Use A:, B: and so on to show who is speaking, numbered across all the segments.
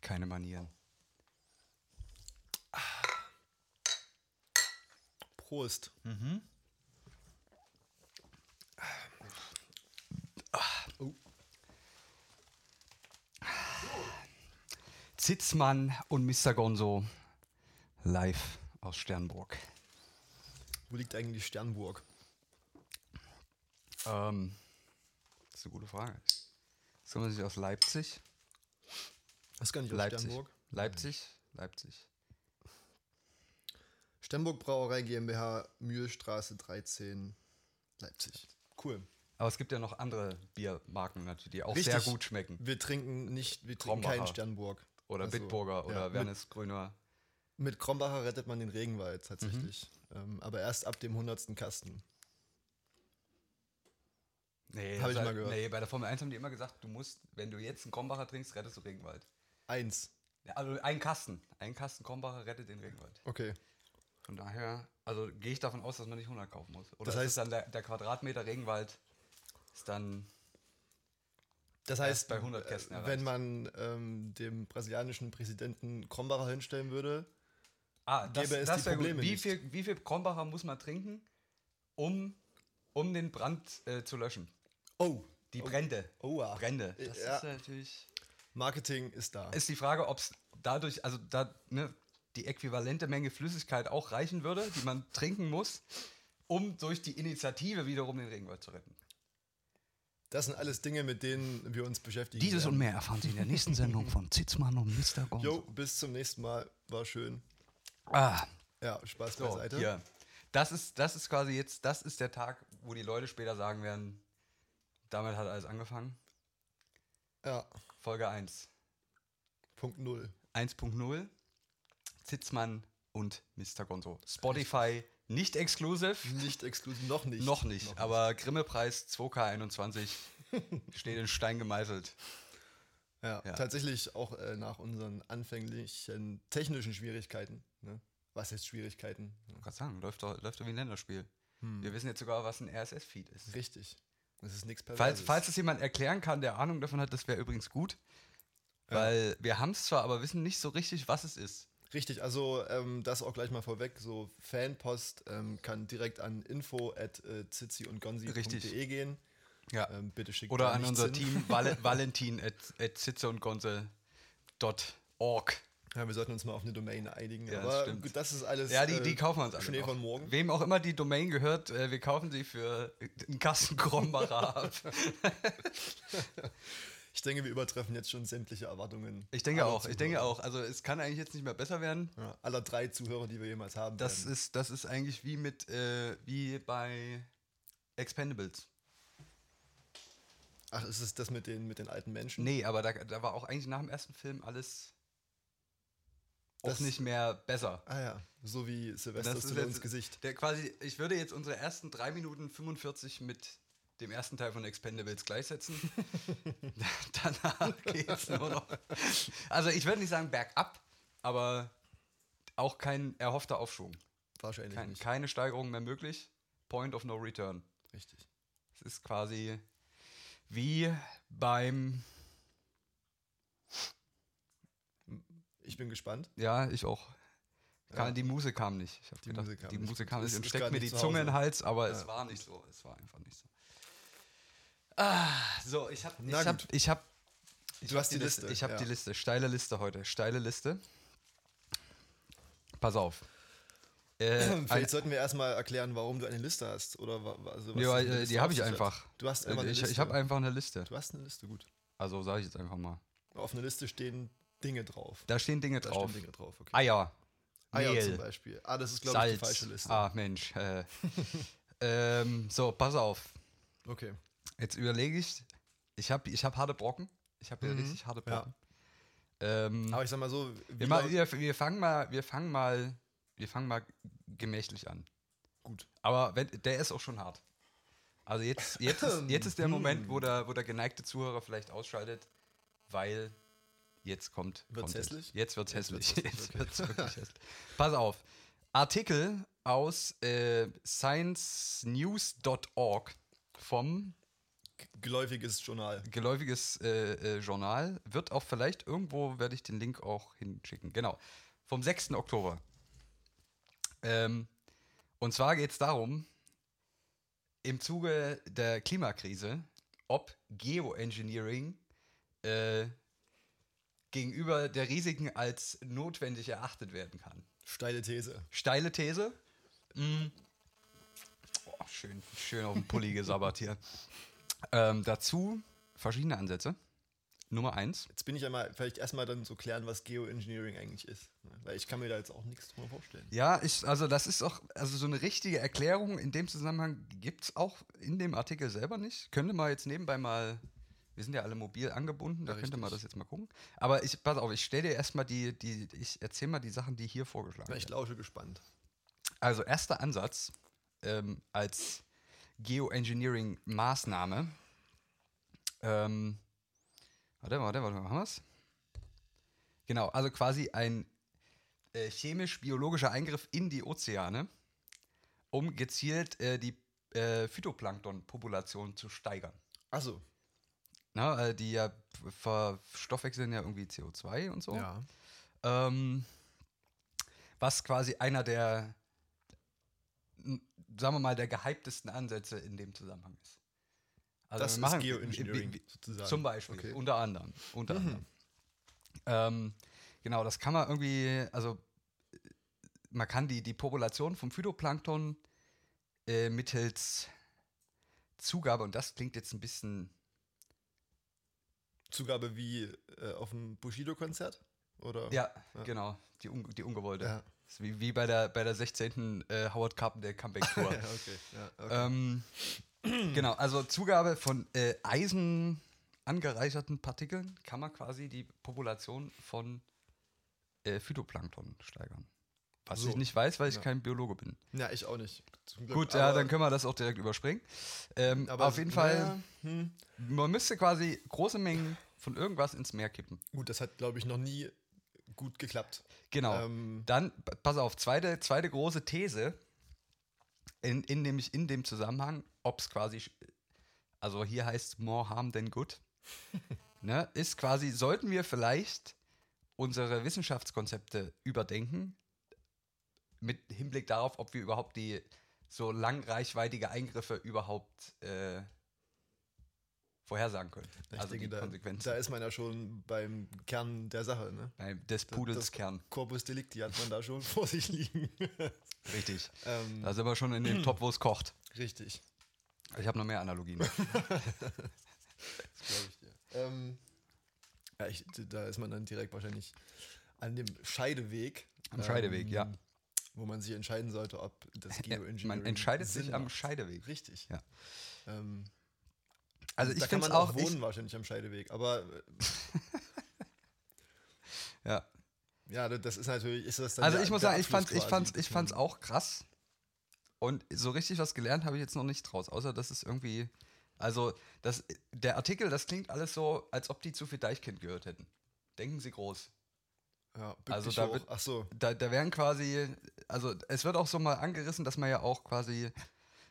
A: Keine Manieren.
B: Prost.
A: Zitzmann und Mr. Gonzo live aus Sternburg.
B: Wo liegt eigentlich Sternburg?
A: Ähm, das ist eine gute Frage. Ist man sich aus Leipzig?
B: Das kann ich
A: Leipzig.
B: Sternburg.
A: Leipzig? Leipzig.
B: Sternburg Brauerei GmbH, Mühlstraße 13, Leipzig. Cool.
A: Aber es gibt ja noch andere Biermarken natürlich, die auch
B: Richtig.
A: sehr gut schmecken.
B: Wir trinken nicht, wir trinken
A: Krombacher.
B: keinen Sternburg.
A: Oder
B: Also,
A: Bitburger oder
B: ja, mit,
A: Wernesgrüner.
B: mit Krombacher rettet man den Regenwald tatsächlich.
A: Mhm.
B: Ähm, aber erst ab dem 100. Kasten.
A: Nee,
B: Hab ich
A: sei-
B: mal gehört.
A: nee, bei der Formel 1 haben die immer gesagt, du musst, wenn du jetzt einen Krombacher trinkst, rettest du Regenwald.
B: Eins.
A: Ja, also einen Kasten. Einen Kasten Krombacher rettet den Regenwald.
B: Okay.
A: Von daher, also gehe ich davon aus, dass man nicht 100 kaufen muss. Oder das
B: Das
A: heißt,
B: heißt-
A: ist es dann der, der Quadratmeter Regenwald ist dann
B: Das
A: Erst
B: heißt,
A: bei 100 Kästen
B: äh,
A: erreicht.
B: wenn man ähm, dem brasilianischen Präsidenten Krombacher hinstellen würde,
A: Ah, das,
B: gäbe es
A: das
B: die
A: wäre gut.
B: Probleme
A: Wie
B: nicht.
A: viel, wie viel Krombacher muss man trinken, um, um den Brand äh, zu löschen?
B: oh,
A: Die Brände.
B: oha.
A: Brände. Das
B: Äh, Ja.
A: ist natürlich.
B: Marketing ist da.
A: Ist die Frage, ob es dadurch, also da ne, die äquivalente Menge Flüssigkeit auch reichen würde, die man trinken muss, um durch die Initiative wiederum den Regenwald zu retten.
B: Das sind alles Dinge, mit denen wir uns beschäftigen.
C: Dieses
B: werden.
C: und mehr erfahren Sie in der nächsten Sendung von Zitzmann und Mr. Gonzo.
B: Jo, bis zum nächsten Mal. War schön.
C: Ah,
B: Ja, Spaß
A: So,
B: beiseite.
A: hier. Das ist, das ist quasi jetzt, das ist der Tag, wo die Leute später sagen werden, damit hat alles angefangen.
B: Ja,
A: Folge 1.
B: Punkt Null.
A: 1.0, Zitzmann und Mr. Gonzo. Spotify nicht exklusiv,
B: Nicht exklusiv, noch nicht.
A: noch nicht, Ah, aber Grimme-Preis 2K21 steht in Stein gemeißelt.
B: Ja,
A: ja.
B: tatsächlich auch äh, nach unseren anfänglichen technischen Schwierigkeiten. Ne? Was heißt Schwierigkeiten?
A: Ich kann sagen, läuft doch, läuft doch wie ein Länderspiel. Wir wissen jetzt sogar, was ein RSS-Feed ist.
B: Richtig. Es ist nichts
A: Falls,
B: Perverses.
A: falls es jemand erklären kann, der Ahnung davon hat, das wäre übrigens gut. Weil wir haben es zwar, aber wissen nicht so richtig, was es ist.
B: Richtig, also ähm, das auch gleich mal vorweg. So Fanpost ähm, kann direkt an info at äh, zizi und gonzi.de
A: Richtig.
B: gehen.
A: Ja.
B: Ähm, bitte schickt
A: Oder
B: da
A: an
B: nichts
A: unser
B: hin.
A: Team Val Valentin at, at Sitze und Gonze.org.
B: Ja, wir sollten uns mal auf eine Domain einigen.
A: Ja, das
B: aber
A: stimmt.
B: gut, das ist alles.
A: Ja, die,
B: äh,
A: die kaufen wir uns alle.
B: Schnee
A: noch.
B: von morgen.
A: Wem auch immer die Domain gehört, äh, wir kaufen sie für einen Kasten Krombacher ab.
B: Ich denke, wir übertreffen jetzt schon sämtliche Erwartungen.
A: Ich denke
B: aller
A: auch, ich
B: Zuhörer.
A: denke auch. Also es kann eigentlich jetzt nicht mehr besser werden.
B: Ja, aller drei Zuhörer, die wir jemals haben.
A: Das
B: werden.
A: ist, das ist eigentlich wie mit äh, wie bei Expendables.
B: Ach, ist es das mit den, mit den alten Menschen?
A: Nee, aber da, da war auch eigentlich nach dem ersten Film alles auch
B: Das-
A: nicht mehr besser.
B: Ah ja, so wie Silvester
A: Das ist
B: Stallone
A: jetzt-
B: ins Gesicht.
A: Der quasi, ich würde jetzt unsere ersten 3 Minuten 45 mit dem ersten Teil von Expendables gleichsetzen. Danach geht's nur noch. Also ich würde nicht sagen bergab, aber auch kein erhoffter Aufschwung.
B: Wahrscheinlich
A: Kein,
B: nicht.
A: keine Steigerung mehr möglich. Point of no return.
B: Richtig.
A: Es ist quasi wie beim,
B: Ich bin gespannt.
A: ja, ich auch. Kam,
B: Ja.
A: Die Muse kam nicht. Ich hab
B: Die
A: gedacht,
B: Muse kam
A: die
B: nicht.
A: Muse kam
B: Es
A: nicht und
B: ist
A: steckt
B: grad
A: mir die
B: nicht zu
A: Zunge in den
B: Hause.
A: Hals, aber es
B: Ja.
A: war nicht so. Es war einfach nicht so. Ah, so, ich habe ich
B: Na
A: hab,
B: gut.
A: ich hab, ich
B: Du
A: hab
B: hast die Liste,
A: Ich habe
B: ja.
A: die Liste. Steile Liste heute. Steile Liste. Pass auf. Äh, ein,
B: Vielleicht sollten wir erstmal erklären, warum du eine Liste hast. Oder wa- wa- also was
A: ja,
B: das mit
A: äh,
B: Liste
A: die habe ich
B: auf sich hat.
A: einfach.
B: Du hast
A: Äh,
B: einfach eine
A: ich
B: Liste.
A: ich habe einfach eine Liste.
B: du hast eine Liste, gut.
A: Also sage ich jetzt einfach mal.
B: Auf einer Liste stehen Dinge drauf.
A: Da stehen Dinge
B: Da
A: drauf.
B: stehen Dinge drauf, okay.
A: Eier.
B: Eier
A: Mehl.
B: zum Beispiel. Ah, das ist, glaube ich,
A: Salz.
B: die falsche Liste.
A: Ah, Mensch. Äh. ähm, so, pass auf.
B: Okay.
A: Jetzt überlege ich. Ich habe ich hab harte Brocken. Ich habe hier richtig harte
B: Mhm. ja.
A: Brocken. Ähm,
B: Aber ich sag mal so, wie
A: wir, mal,
B: laut-
A: wir, wir fangen mal, wir fangen mal, wir fangen mal gemächlich an.
B: gut.
A: Aber wenn, der ist auch schon hart. Also jetzt, jetzt, ist, jetzt ist der Moment,
B: Hm.
A: wo der, wo der geneigte Zuhörer vielleicht ausschaltet, weil jetzt kommt.
B: Wird's
A: Content.
B: hässlich?
A: Jetzt wird's hässlich.
B: hässlich,
A: Jetzt wird's wirklich hässlich. Pass auf. Artikel aus äh, sciencenews.org vom
B: geläufiges Journal.
A: geläufiges äh, äh, Journal. Wird auch vielleicht irgendwo, werde ich den Link auch hinschicken. Genau. Vom 6. Oktober. Ähm, und zwar geht es darum, im Zuge der Klimakrise, ob Geoengineering äh, gegenüber der Risiken als notwendig erachtet werden kann.
B: Steile These.
A: Steile These. Mm. Oh, schön, schön auf den Pulli gesabbert hier. Ähm, dazu verschiedene Ansätze. Nummer eins.
B: Jetzt bin ich einmal, vielleicht erstmal dann so klären, was Geoengineering eigentlich ist. ne? Weil ich kann mir da jetzt auch nichts drüber vorstellen.
A: Ja, ist, also das ist auch, also so eine richtige Erklärung in dem Zusammenhang gibt es auch in dem Artikel selber nicht. Könnte mal jetzt nebenbei mal, wir sind ja alle mobil angebunden, da
B: Ja,
A: könnte man
B: richtig.
A: das jetzt mal gucken. Aber ich, pass auf, ich stelle dir erstmal die, die, ich erzähle mal die Sachen, die hier vorgeschlagen
B: Na, Ich
A: werden.
B: lausche gespannt.
A: Also erster Ansatz ähm, als Geoengineering-Maßnahme. Ähm, warte, warte, warte, haben wir es? Genau, also quasi ein äh, chemisch-biologischer Eingriff in die Ozeane, um gezielt äh, die äh, Phytoplankton-Population zu steigern.
B: Achso.
A: Na, äh, die ja verstoffwechseln ja irgendwie CO2 und so. Ähm, was quasi einer der, n- sagen wir mal, der gehyptesten Ansätze in dem Zusammenhang ist. Also
B: das
A: wir
B: ist
A: machen-
B: Geoengineering
A: wie- wie-
B: sozusagen.
A: Zum Beispiel,
B: Okay. Mhm.
A: unter anderem. Unter anderem. Ähm, genau, das kann man irgendwie, also äh, man kann die, die Population vom Phytoplankton äh, mittels Zugabe, und das klingt jetzt ein bisschen
B: Zugabe wie äh, auf einem Bushido-Konzert? Oder?
A: Ja,
B: Oh, Ja.
A: genau. Die, un die ungewollte.
B: Ja.
A: Ist wie, wie bei der, bei der 16. Äh, Howard Carpenter Comeback-Tour.
B: Ja, okay. Ja, okay.
A: ähm, genau, also Zugabe von äh, Eisen angereicherten Partikeln kann man quasi die Population von äh, Phytoplankton steigern. Was
B: So.
A: ich nicht weiß, weil ich
B: Ja.
A: kein Biologe bin.
B: ja, ich auch nicht. Zum Glück.
A: Gut, ja,
B: Aber-
A: dann können wir das auch direkt überspringen. Ähm,
B: aber
A: auf jeden
B: naja,
A: Fall,
B: hm.
A: man müsste quasi große Mengen von irgendwas ins Meer kippen.
B: Gut, das hat, glaube ich, noch nie gut geklappt.
A: Genau.
B: Ähm,
A: Dann, p- pass auf, zweite, zweite große These, in, in, nämlich in dem Zusammenhang, ob es quasi, sch- also hier heißt more harm than good, ne, ist quasi, sollten wir vielleicht unsere Wissenschaftskonzepte überdenken, mit Hinblick darauf, ob wir überhaupt die so langreichweitige Eingriffe überhaupt äh, vorhersagen können.
B: ich
A: also
B: denke,
A: die
B: da,
A: Konsequenzen
B: da ist man ja schon beim Kern der Sache, ne?
A: beim- des
B: das-
A: Pudels Kern.
B: Corpus Delicti hat man da schon vor sich liegen.
A: Richtig.
B: ähm,
A: Da sind wir schon in dem Top, wo es kocht.
B: richtig,
A: Ich habe noch mehr Analogien.
B: glaube ich dir. Ähm, ja, ich, da ist man dann direkt wahrscheinlich an dem Scheideweg. ähm,
A: Am Scheideweg, ja.
B: Wo man sich entscheiden sollte, ob das Geoengineering
A: Man entscheidet sich
B: Sinn
A: am
B: macht.
A: Scheideweg.
B: Richtig.
A: Ja.
B: Ähm,
A: Also ich
B: da kann
A: finde
B: man
A: es
B: auch
A: auch.
B: wohnen wahrscheinlich am Scheideweg, aber äh,
A: Ich, ja.
B: ja, das ist natürlich, ist das dann
A: Also
B: der-
A: ich muss
B: der
A: sagen, ich fand,
B: Abschluss
A: ich fand's,
B: quasi,
A: ich fand's
B: dass man-
A: auch krass. Und so richtig was gelernt habe ich jetzt noch nicht draus, außer dass es irgendwie, also das, der Artikel, das klingt alles so, als ob die zu viel Deichkind gehört hätten. Denken Sie groß.
B: Ja, bück
A: also
B: dich
A: da
B: hoch.
A: wird-
B: Ach so,
A: Da, da wären quasi, also es wird auch so mal angerissen, dass man ja auch quasi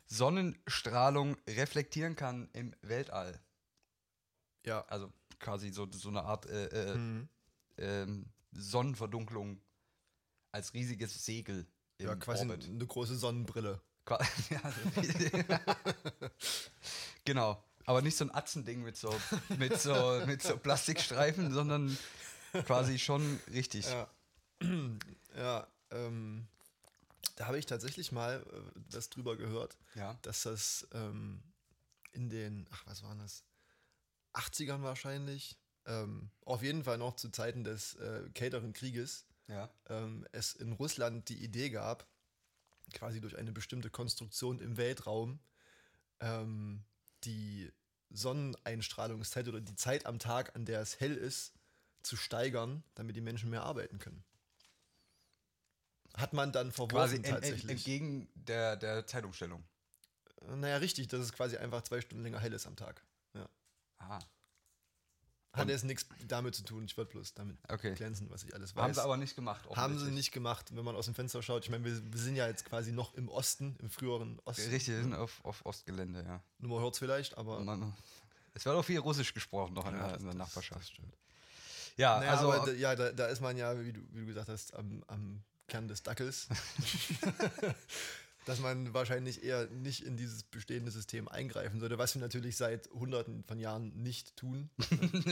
A: Sonnenstrahlung reflektieren kann im Weltall.
B: ja.
A: Also quasi so, so eine Art äh, äh,
B: Mhm.
A: ähm, Sonnenverdunklung als riesiges Segel im
B: Ja, quasi
A: Orbit.
B: eine große Sonnenbrille.
A: Qua ja, genau, aber nicht so ein Atzending mit so, mit so, mit so Plastikstreifen, sondern quasi schon richtig.
B: Ja. ja, ähm, da habe ich tatsächlich mal äh, was drüber gehört,
A: Ja.
B: dass das ähm, in den, ach, was waren das? 80ern wahrscheinlich, ähm, auf jeden Fall noch zu Zeiten des äh, kälteren Krieges,
A: ja.
B: ähm, es in Russland die Idee gab, quasi durch eine bestimmte Konstruktion im Weltraum ähm, die Sonneneinstrahlungszeit oder die Zeit am Tag, an der es hell ist, zu steigern, damit die Menschen mehr arbeiten können. Hat man dann
A: Quasi
B: verworfen
A: en- en-
B: tatsächlich.
A: entgegen der, der Zeitumstellung.
B: naja, richtig, dass es quasi einfach zwei Stunden länger hell ist am Tag. Ja.
A: Aha,
B: Hat jetzt nichts damit zu tun, ich wollte bloß damit
A: okay.
B: glänzen, was ich alles weiß.
A: Haben sie aber nicht gemacht.
B: Haben sie
A: offensichtlich.
B: nicht gemacht, wenn man aus dem Fenster schaut. Ich meine, wir, wir sind ja jetzt quasi noch im Osten, im früheren Osten.
A: Richtig, wir sind auf, auf Ostgelände, ja.
B: Nur man hört es vielleicht, aber
A: Und man- Es wird auch viel Russisch gesprochen noch in
B: Ja,
A: der-
B: das-
A: in der
B: das-
A: Nachbarschaft.
B: das stimmt.
A: Ja,
B: Naja,
A: also
B: aber da, ja, da, da ist man ja, wie du, wie du gesagt hast, am, am Kern des Dackels. Dass man wahrscheinlich eher nicht in dieses bestehende System eingreifen sollte, was wir natürlich seit hunderten von Jahren nicht tun.
A: ich wollte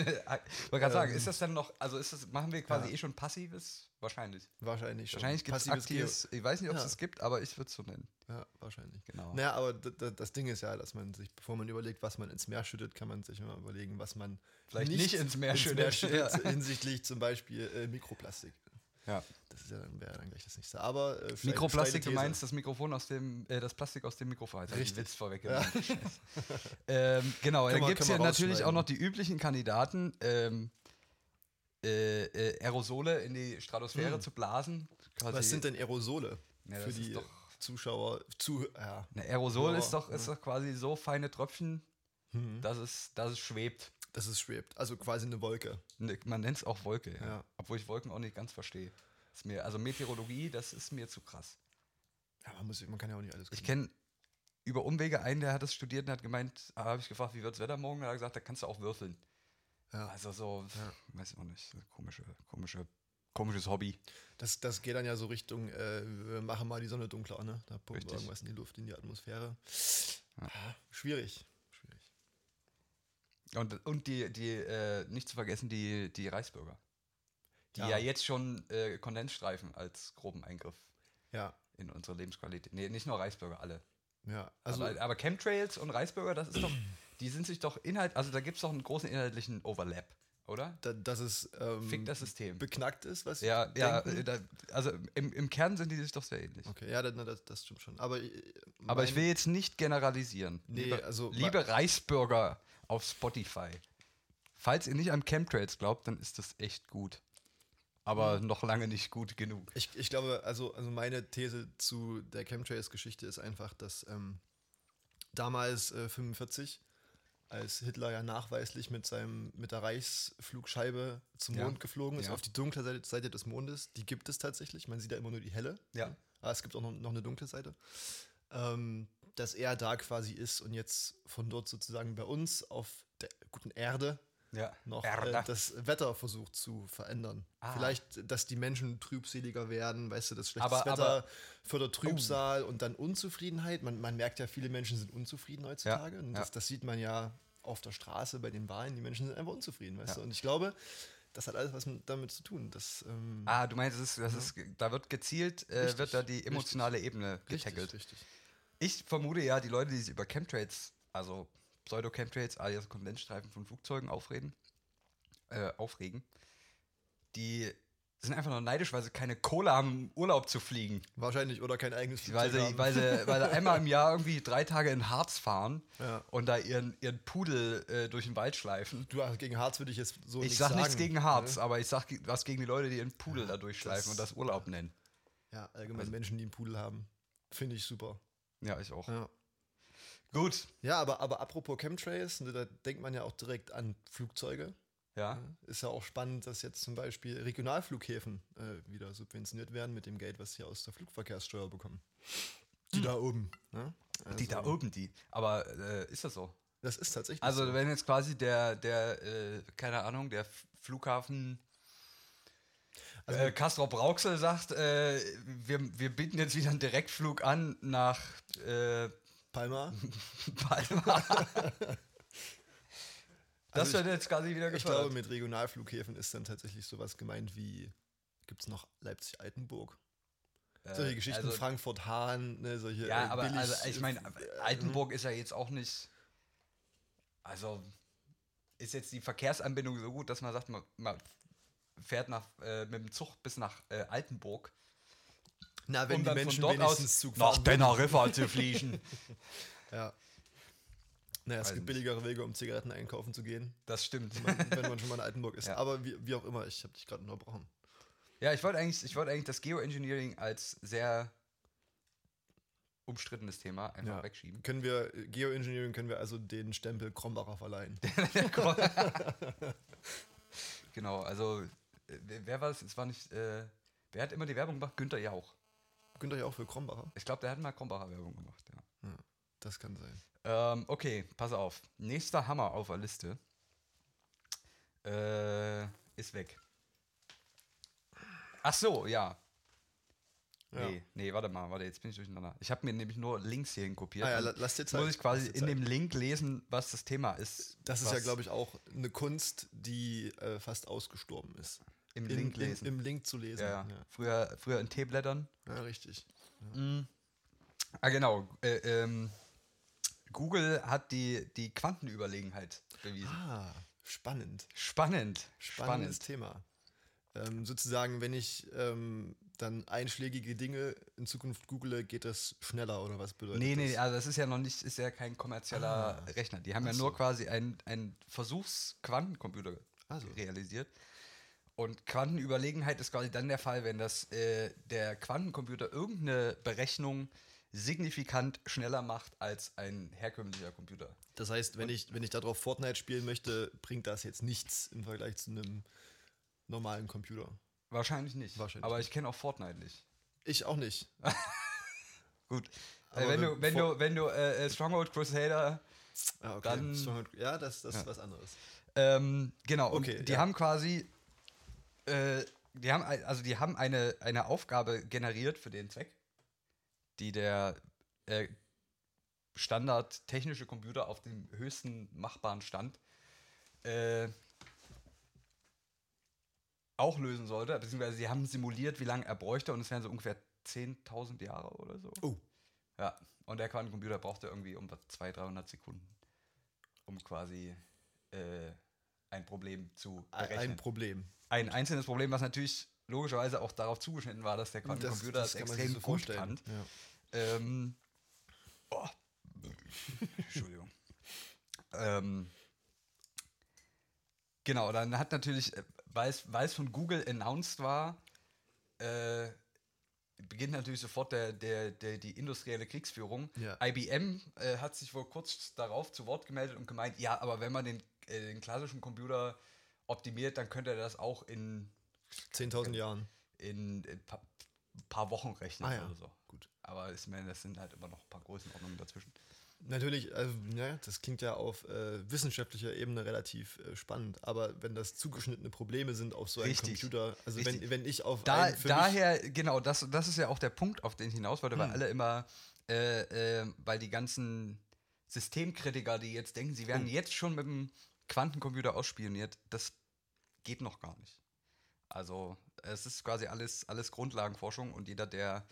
A: gerade sagen,
B: Ähm,
A: ist das dann noch, also ist das, machen wir quasi
B: ja.
A: eh schon passives? Wahrscheinlich.
B: Wahrscheinlich schon.
A: Wahrscheinlich gibt es
B: Passives Geo-
A: aktives, ich weiß nicht, ob es
B: Ja.
A: das gibt, aber ich würde es so nennen.
B: Ja, wahrscheinlich.
A: Genau.
B: Naja, aber d- d- das Ding ist ja, dass man sich, bevor man überlegt, was man ins Meer schüttet, kann man sich immer überlegen, was man
A: Vielleicht nicht ins Meer schüttet. Ja.
B: hinsichtlich zum Beispiel äh, Mikroplastik.
A: Ja.
B: Das ist ja dann, wäre dann gleich das nächste. Aber äh, vielleicht-
A: Mikroplastik,
B: steile
A: du
B: These.
A: meinst das Mikrofon aus dem, äh, das Plastik aus dem Mikrofon. Jetzt hab ich den
B: Richtig.
A: Witz vorweggenommen. Scheiße. ähm, genau,
B: Können
A: dann
B: wir-
A: gibt es ja
B: können wir
A: natürlich auch
B: rausschneiden.
A: noch die üblichen Kandidaten, ähm, äh, äh, Aerosole in die Stratosphäre
B: Hm.
A: zu blasen. Quasi-
B: Was sind denn Aerosole
A: Ja,
B: für
A: das ist
B: die
A: doch-
B: Zuschauer? Zu, ja.
A: Ein Aerosol
B: Ja,
A: ist, doch, ist doch quasi so feine Tröpfchen,
B: Hm.
A: dass es, dass es schwebt.
B: Das ist schwebt. Also quasi eine Wolke.
A: Ne, Man nennt es auch Wolke, ja.
B: Ja.
A: obwohl ich Wolken auch nicht ganz verstehe. Ist mir, also Meteorologie, das ist mir zu krass.
B: Ja, man, muss, man kann ja auch nicht alles
A: Ich
B: können.
A: kenne über Umwege einen, der hat es studiert und hat gemeint, ah, habe ich gefragt, wie wird das Wetter morgen? Da hat er gesagt, da kannst du auch würfeln.
B: Ja.
A: Also so, weiß ich auch nicht, so komische, komische, komisches Hobby.
B: Das, das geht dann ja so Richtung, äh, wir machen mal die Sonne dunkler, ne? Da pumpen
A: Richtig.
B: wir irgendwas in die Luft, in die Atmosphäre.
A: Ja.
B: Ah, Schwierig. Schwierig.
A: Und, und die, die äh, nicht zu vergessen, die, die Reichsbürger. Die ja,
B: Ja.
A: jetzt schon äh, Kondensstreifen als groben Eingriff
B: Ja,
A: in unsere Lebensqualität. Nee, nicht nur Reichsbürger, alle.
B: ja. Also,
A: aber, aber Chemtrails und Reichsbürger, das ist doch, die sind sich doch inhalt, also da gibt es doch einen großen inhaltlichen Overlap, oder?
B: da, dass es ähm,
A: Fick das System.
B: beknackt ist, was
A: Ja,
B: wir
A: ja,
B: denken.
A: äh, da, also im, im Kern sind die sich doch sehr ähnlich.
B: Okay, ja, dann- na, das, das stimmt schon. Aber, äh,
A: Aber
B: mein-
A: ich will jetzt nicht generalisieren.
B: Nee,
A: liebe,
B: also-
A: liebe Reichsbürger auf Spotify. Falls ihr nicht an Chemtrails glaubt, dann ist das echt gut. Aber
B: Hm.
A: noch lange nicht gut genug.
B: Ich, ich glaube, also, also meine These zu der Chemtrails-Geschichte ist einfach, dass ähm, damals äh, 45, als Hitler ja nachweislich mit seinem mit der Reichsflugscheibe zum
A: Ja.
B: Mond geflogen ist,
A: Ja.
B: auf die dunkle Seite, Seite des Mondes, die gibt es tatsächlich. Man sieht ja immer nur die helle.
A: Ja.
B: Aber es gibt auch noch, noch eine dunkle Seite. Ähm, dass er da quasi ist und jetzt von dort sozusagen bei uns auf der guten Erde
A: Ja.
B: noch
A: Erda.
B: äh, das Wetter versucht zu verändern.
A: Ah.
B: Vielleicht, dass die Menschen trübseliger werden, weißt du, das schlechtes
A: Aber- Oh.
B: Wetter fördert Trübsal und dann Unzufriedenheit. Man, man merkt ja, viele Menschen sind unzufrieden heutzutage.
A: Ja,
B: Und
A: ja.
B: das, das sieht man ja auf der Straße bei den Wahlen. Die Menschen sind einfach unzufrieden, weißt
A: Ja.
B: du. Und ich glaube, das hat alles was mit- damit zu tun. Dass, ähm,
A: Ah, du meinst, das ist, das ist, ge- da wird gezielt, äh,
B: Richtig,
A: wird da die
B: richtig.
A: emotionale Ebene getackelt.
B: richtig, richtig.
A: Ich vermute ja, die Leute, die sich über Chemtrails, also Pseudo-Chemtrails, alias Kondensstreifen von Flugzeugen aufreden, äh, aufregen, die sind einfach nur neidisch, weil sie keine Kohle haben, im Urlaub zu fliegen.
B: Wahrscheinlich oder kein eigenes
A: Weil
B: Flugzeug
A: sie,
B: haben.
A: weil, sie, weil sie einmal im Jahr irgendwie drei Tage in Harz fahren
B: Ja.
A: und da ihren, ihren Pudel äh, durch den Wald schleifen.
B: Du, also gegen Harz würde ich jetzt so
A: Ich
B: nicht
A: sag
B: sagen. ne?
A: nichts gegen Harz, aber ich sag ge- was gegen die Leute, die ihren Pudel da durchschleifen
B: das-
A: und das Urlaub nennen.
B: Ja, allgemein
A: Also-
B: Menschen, die einen Pudel haben. Finde ich super.
A: Ja, ich auch.
B: Ja.
A: Gut,
B: Ja, aber, aber apropos Chemtrails, ne, da denkt man ja auch direkt an Flugzeuge.
A: ja.
B: ne? Ist ja auch spannend, dass jetzt zum Beispiel Regionalflughäfen äh, wieder subventioniert werden mit dem Geld, was sie aus der Flugverkehrssteuer bekommen. Die da oben. Ne?
A: die da
B: Also,
A: oben, die. Aber äh, ist das so?
B: Das ist tatsächlich.
A: Also
B: so.
A: wenn jetzt quasi der, der, äh, keine Ahnung, der F- Flughafen
B: Also-
A: äh, Castro Brauxel sagt, äh, wir, wir bieten jetzt wieder einen Direktflug an nach äh,
B: Palma.
A: Palma. das
B: Also
A: wird jetzt quasi wieder
B: Ich glaube,
A: gefördert.
B: mit Regionalflughäfen ist dann tatsächlich sowas gemeint wie: gibt es noch Leipzig-Altenburg? Solche
A: Äh,
B: Geschichten,
A: also,
B: Frankfurt-Hahn, ne, solche.
A: Ja,
B: äh,
A: aber
B: billig-
A: also, ich meine,
B: äh,
A: Altenburg ist ja jetzt auch nicht, also ist jetzt die Verkehrsanbindung so gut, dass man sagt, man, man fährt nach, äh, mit dem Zug bis nach äh, Altenburg
B: Na, wenn
A: um
B: die
A: dann
B: Menschen
A: von dort
B: wenigstens
A: aus
B: Zug
A: nach
B: fahren würden.
A: Teneriffa zu fliegen.
B: Ja. Naja, es
A: Weiß
B: gibt
A: nicht.
B: billigere Wege, um Zigaretten einkaufen zu gehen,
A: Das stimmt.
B: wenn man schon mal in Altenburg ist.
A: Ja.
B: Aber wie, wie auch immer, ich habe dich gerade unterbrochen.
A: Ja, ich wollte eigentlich, ich wollte eigentlich das Geoengineering als sehr umstrittenes Thema einfach
B: Ja.
A: wegschieben.
B: Können wir, Geoengineering können wir also den Stempel Krombacher verleihen.
A: Genau, also äh, wer wer war es? Es war nicht, äh, wer hat immer die Werbung gemacht? Günther Jauch.
B: Könnt ihr auch für Krombacher?
A: Ich glaube, der hat mal Krombacher Werbung gemacht, ja.
B: Das kann sein.
A: Ähm, okay, pass auf. Nächster Hammer auf der Liste äh, ist weg. Ach so, ja.
B: Ja.
A: Nee, nee, warte mal, warte, jetzt bin ich durcheinander. Ich habe mir nämlich nur Links hierhin kopiert.
B: Ah ja,
A: und
B: la- lass dir
A: jetzt
B: Zeit,
A: muss ich quasi
B: lass dir
A: in dem Link lesen, was das Thema ist.
B: Das ist ja,
A: was
B: glaube ich, auch eine Kunst, die äh, fast ausgestorben ist.
A: Im
B: In-
A: Link
B: in-
A: lesen.
B: Im Link zu lesen.
A: ja, ja. Früher, früher in Teeblättern.
B: Ja, richtig.
A: Ah, genau. Äh, ähm, Google hat die, die Quantenüberlegenheit bewiesen.
B: Ah, spannend.
A: Spannend.
B: Spannendes
A: Spannend.
B: Thema. Ähm, sozusagen, wenn ich ähm, dann einschlägige Dinge in Zukunft google, geht das schneller oder was bedeutet
A: Nee, nee,
B: das? Ah.
A: also das ist ja noch nicht, ist ja kein kommerzieller Rechner. Die haben ja
B: Ach
A: nur
B: so.
A: quasi einen einen Versuchsquantencomputer
B: Ach Ah, so.
A: realisiert. Und Quantenüberlegenheit ist quasi dann der Fall, wenn das äh, der Quantencomputer irgendeine Berechnung signifikant schneller macht als ein herkömmlicher Computer.
B: Das heißt, wenn ich, wenn ich darauf Fortnite spielen möchte, bringt das jetzt nichts im Vergleich zu einem normalen Computer.
A: Wahrscheinlich nicht.
B: Wahrscheinlich
A: Aber ich kenne auch Fortnite nicht.
B: Ich auch nicht.
A: Gut. Äh,
B: Aber
A: wenn,
B: wenn
A: du, wenn
B: Fort-
A: du, wenn du äh, äh, Stronghold Crusader
B: Ah, okay.
A: Dann-
B: Stronghold- ja, das, das ist was anderes.
A: Ähm, genau.
B: Okay,
A: und die
B: ja.
A: haben quasi, äh, die haben ein- also die haben eine, eine Aufgabe generiert für den Zweck, die der äh, Standard technische Computer auf dem höchsten machbaren Stand äh, auch lösen sollte, beziehungsweise sie haben simuliert, wie lange er bräuchte und es wären so ungefähr 10.000 Jahre oder so.
B: Oh.
A: Ja, und der Quantencomputer brauchte irgendwie um was 200, 300 Sekunden, um quasi äh, ein Problem zu
B: Ein- Ein
A: berechnen.
B: Problem.
A: Ein, einzelnes Problem, was natürlich logischerweise auch darauf zugeschnitten war, dass der Quantencomputer das, extrem gut kann.
B: Ja.
A: Ähm, oh. Entschuldigung. ähm, genau, dann hat natürlich, äh, weil es weil es von Google announced war, äh, beginnt natürlich sofort der, der, der, die industrielle Kriegsführung.
B: Ja.
A: IBM äh, hat sich wohl kurz darauf zu Wort gemeldet und gemeint, ja, aber wenn man den, äh, den klassischen Computer optimiert, dann könnte er das auch in
B: 10.000 Jahren.
A: in ein paar, paar Wochen rechnen
B: Ah ja,
A: oder so.
B: gut.
A: Aber ich meine, das sind halt immer noch ein paar Größenordnungen dazwischen.
B: Natürlich, also, ja, das klingt ja auf äh, wissenschaftlicher Ebene relativ äh, spannend, aber wenn das zugeschnittene Probleme sind auf so einen
A: Richtig,
B: Computer, also
A: richtig.
B: wenn, wenn ich auf
A: Da,
B: einen für mich, Hm.
A: daher, genau, das, das ist ja auch der Punkt, auf den ich hinaus wollte, weil alle immer, äh, äh, weil die ganzen Systemkritiker, die jetzt denken, sie werden
B: Hm.
A: jetzt schon mit dem Quantencomputer ausspioniert, das geht noch gar nicht. Also es ist quasi alles, alles Grundlagenforschung und jeder, der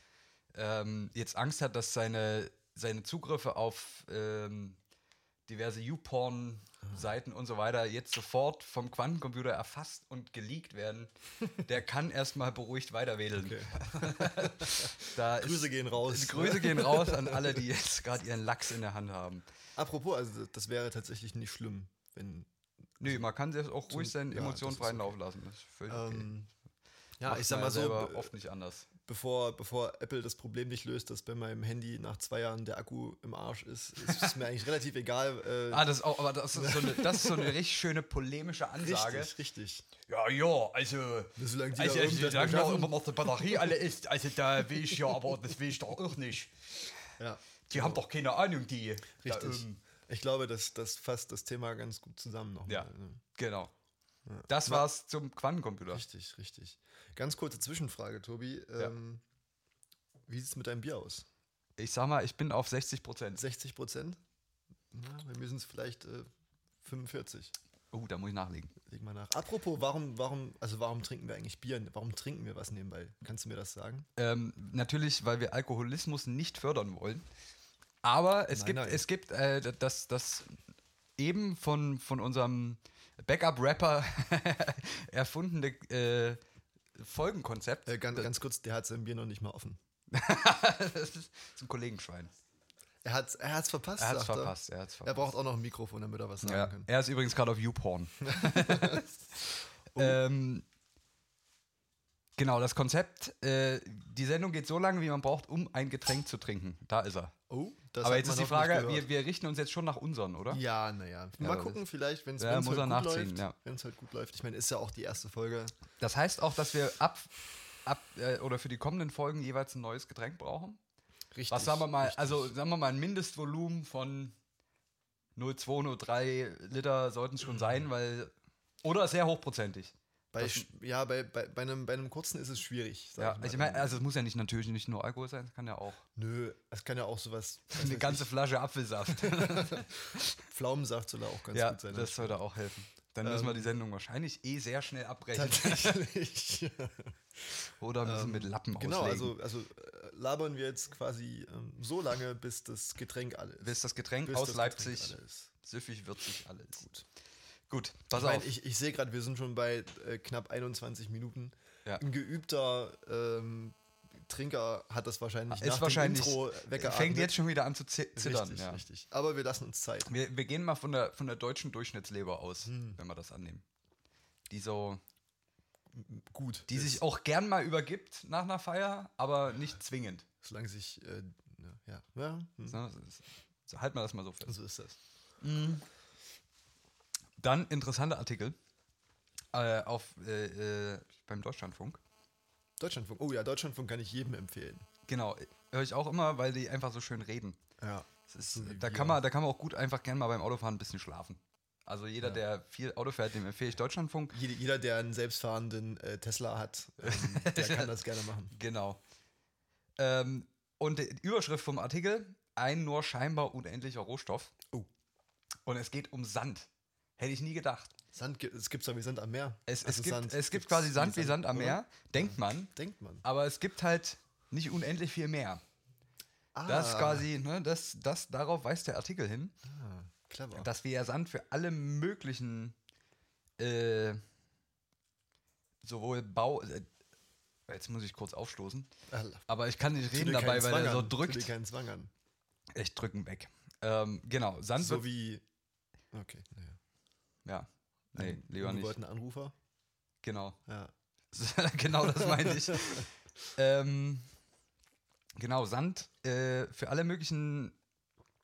A: ähm, jetzt Angst hat, dass seine, seine Zugriffe auf ähm, diverse YouPorn-Seiten und so weiter jetzt sofort vom Quantencomputer erfasst und geleakt werden, der kann erstmal beruhigt weiterwedeln.
B: Okay.
A: Da
B: Grüße gehen raus.
A: Ist, Grüße gehen raus an alle, die jetzt gerade ihren Lachs in der Hand haben.
B: Apropos, also das wäre tatsächlich nicht schlimm, wenn
A: Nö, man kann selbst auch ruhig
B: Zum-
A: seinen
B: ja,
A: Emotionen
B: das ist
A: freien
B: okay.
A: Lauf lassen. Das ist völlig okay.
B: ähm, ja,
A: Macht
B: ich sag
A: man
B: mal so, äh,
A: selber
B: be-
A: oft nicht anders.
B: bevor, bevor Apple das Problem nicht löst, dass bei meinem Handy nach zwei Jahren der Akku im Arsch ist, ist es mir eigentlich relativ egal. Äh,
A: Ah, das ist auch, aber das ist so eine, das ist so eine richtig schöne polemische Ansage.
B: richtig, richtig.
A: Ja, ja, also.
B: Solange die
A: also, also
B: da
A: solange
B: irgendwas
A: da
B: beschaffen.
A: immer noch die Batterie alle ist, also da will ich ja, aber das will ich doch auch nicht.
B: Ja.
A: Die haben doch keine Ahnung, die. Da
B: Richtig.
A: oben.
B: ich glaube, das, das fasst das Thema ganz gut zusammen nochmal.
A: Ja.
B: ne?
A: Genau. Das war's zum Quantencomputer.
B: Richtig, richtig. Ganz kurze Zwischenfrage, Tobi.
A: Ja.
B: Ähm, Wie sieht es mit deinem Bier aus?
A: Ich sag mal, ich bin auf 60 Prozent.
B: 60 Prozent? Na, bei mir sind es vielleicht äh, 45.
A: Oh, da muss ich nachlegen.
B: Leg mal nach. Apropos, warum, warum, also warum trinken wir eigentlich Bier? Warum trinken wir was nebenbei? Kannst du mir das sagen?
A: Ähm, natürlich, weil wir Alkoholismus nicht fördern wollen. Aber es
B: Nein,
A: gibt,
B: nein.
A: Es gibt äh, d- das, das eben von, von unserem Backup-Rapper erfundene äh, Folgenkonzept.
B: Äh, ganz, ganz kurz, der hat sein Bier noch nicht mal offen.
A: das ist ein Kollegenschwein.
B: Er hat es er hat's verpasst.
A: Er hat's
B: sagt
A: verpasst, er hat's
B: Er
A: verpasst.
B: braucht auch noch ein Mikrofon, damit er was sagen
A: Ja.
B: kann.
A: Er ist übrigens gerade auf YouPorn.
B: Oh.
A: ähm, genau, das Konzept, äh, die Sendung geht so lange, wie man braucht, um ein Getränk zu trinken. Da ist er.
B: Oh, das
A: Aber
B: hat
A: jetzt ist
B: man
A: die
B: noch nicht
A: Frage,
B: gehört.
A: wir, wir richten uns jetzt schon nach unseren, oder?
B: Ja, naja. Mal
A: das
B: gucken, vielleicht, wenn es
A: Ja,
B: halt
A: muss
B: gut
A: er nachziehen,
B: läuft.
A: ja.
B: Wenn es halt gut läuft. Ich meine, ist ja auch die erste Folge.
A: Das heißt auch, dass wir ab, ab äh, oder für die kommenden Folgen jeweils ein neues Getränk brauchen.
B: Richtig.
A: Was sagen wir mal,
B: richtig.
A: also sagen wir mal ein Mindestvolumen von 0,2, 0,3 Liter sollten es schon sein, weil oder sehr hochprozentig.
B: Bei,
A: das-
B: sch- ja, bei, bei, bei, einem, bei einem kurzen ist es schwierig. sag
A: Ja,
B: mal.
A: ich meine, also es muss ja nicht natürlich nicht nur Alkohol sein, es kann ja auch
B: Nö, es kann ja auch sowas. also was
A: eine
B: weiß
A: ganze
B: ich,
A: Flasche Apfelsaft.
B: Pflaumensaft soll da auch ganz
A: ja,
B: gut sein. ne?
A: das sollte auch helfen. Ähm, Dann müssen wir die Sendung wahrscheinlich eh sehr schnell abbrechen
B: Tatsächlich.
A: oder müssen
B: Ähm,
A: mit Lappen
B: genau,
A: auslegen.
B: also, also äh, labern wir jetzt quasi ähm, so lange, bis das Getränk alle ist.
A: bis das Getränk
B: Bis
A: aus
B: das Getränk
A: Leipzig
B: alle ist.
A: süffig, würzig, alles. Gut, Gut pass
B: ich mein,
A: auf.
B: Ich, ich sehe gerade, wir sind schon bei äh, knapp 21 Minuten.
A: Ja.
B: Ein geübter ähm, Trinker hat das wahrscheinlich nach
A: ist wahrscheinlich
B: dem Intro weggeatmet.
A: fängt jetzt schon wieder an zu zi- zittern.
B: Richtig,
A: ja.
B: richtig. Aber wir lassen uns Zeit.
A: Wir, wir gehen mal von der, von der deutschen Durchschnittsleber aus,
B: Hm.
A: wenn wir das annehmen. Die so,
B: Gut.
A: die
B: ist,
A: sich auch gern mal übergibt nach einer Feier, aber nicht zwingend.
B: Solange sich. Äh, ne, ja. ja hm.
A: So, so, so, halt mal das mal so fest.
B: So ist das.
A: Dann interessanter Artikel äh, auf, äh, äh, beim Deutschlandfunk.
B: Deutschlandfunk. Oh ja, Deutschlandfunk kann ich jedem empfehlen.
A: Genau, höre ich auch immer, weil die einfach so schön reden.
B: Ja.
A: Es ist,
B: So wie
A: da,
B: wir
A: kann man, da kann man auch gut einfach gern mal beim Autofahren ein bisschen schlafen. Also jeder, der viel Auto fährt, dem empfehle ich Deutschlandfunk.
B: Jeder, jeder der einen selbstfahrenden äh, Tesla hat, ähm, der kann das gerne machen.
A: Genau. Ähm, und die Überschrift vom Artikel: Ein nur scheinbar unendlicher Rohstoff.
B: Oh.
A: Und es geht um Sand. Hätte ich nie gedacht.
B: Sand gibt es gibt's doch wie Sand am Meer.
A: Es, es,
B: Also
A: gibt,
B: Sand
A: es gibt
B: gibt's
A: quasi Sand wie Sand am
B: oder?
A: Meer, denkt man.
B: Denkt man.
A: Aber es gibt halt nicht unendlich viel mehr.
B: Ah,
A: Das ist quasi, ne, das, das, darauf weist der Artikel hin,
B: Ah, clever.
A: dass wir ja Sand für alle möglichen, äh, sowohl Bau. Äh, jetzt muss ich kurz aufstoßen.
B: Ah,
A: Aber ich kann nicht
B: tu dir
A: reden dabei,
B: keinen
A: weil
B: Zwang
A: er so
B: an, tu dir
A: drückt.
B: keinen Zwang an.
A: Echt drücken weg. Ähm, genau, Sand
B: So
A: wird.
B: wie. Okay. naja.
A: Ja. Nee,
B: Ein
A: lieber nicht.
B: ungewollter Anrufer.
A: Genau.
B: Ja.
A: genau das meine ich. ähm, genau, Sand äh, für alle möglichen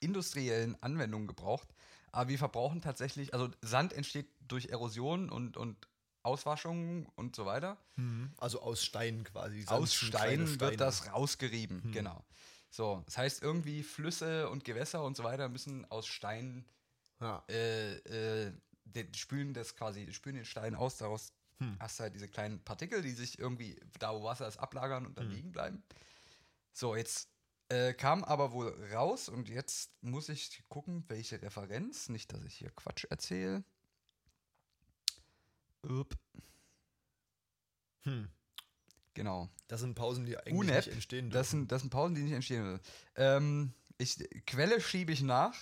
A: industriellen Anwendungen gebraucht. Aber wir verbrauchen tatsächlich, also Sand entsteht durch Erosion und, und Auswaschungen und so weiter.
B: Also aus Stein quasi. Sand
A: Mhm. Aus
B: sind kleine
A: Steinen
B: Steine.
A: wird das rausgerieben, genau. So, das heißt irgendwie Flüsse und Gewässer und so weiter müssen aus Steinen
B: Ja.
A: äh, äh, den, spülen das quasi, spülen den Stein aus, daraus
B: Hm.
A: hast du halt diese kleinen Partikel, die sich irgendwie da, wo Wasser ist, ablagern und dann
B: Hm.
A: liegen bleiben. So, jetzt äh, kam aber wohl raus und jetzt muss ich gucken, welche Referenz, nicht, dass ich hier Quatsch erzähle. Upp,
B: Hm.
A: genau.
B: Das sind Pausen, die eigentlich
A: UNEP,
B: nicht entstehen
A: das sind, das sind Pausen, die nicht entstehen dürfen. Ähm, ich, Quelle schiebe ich nach,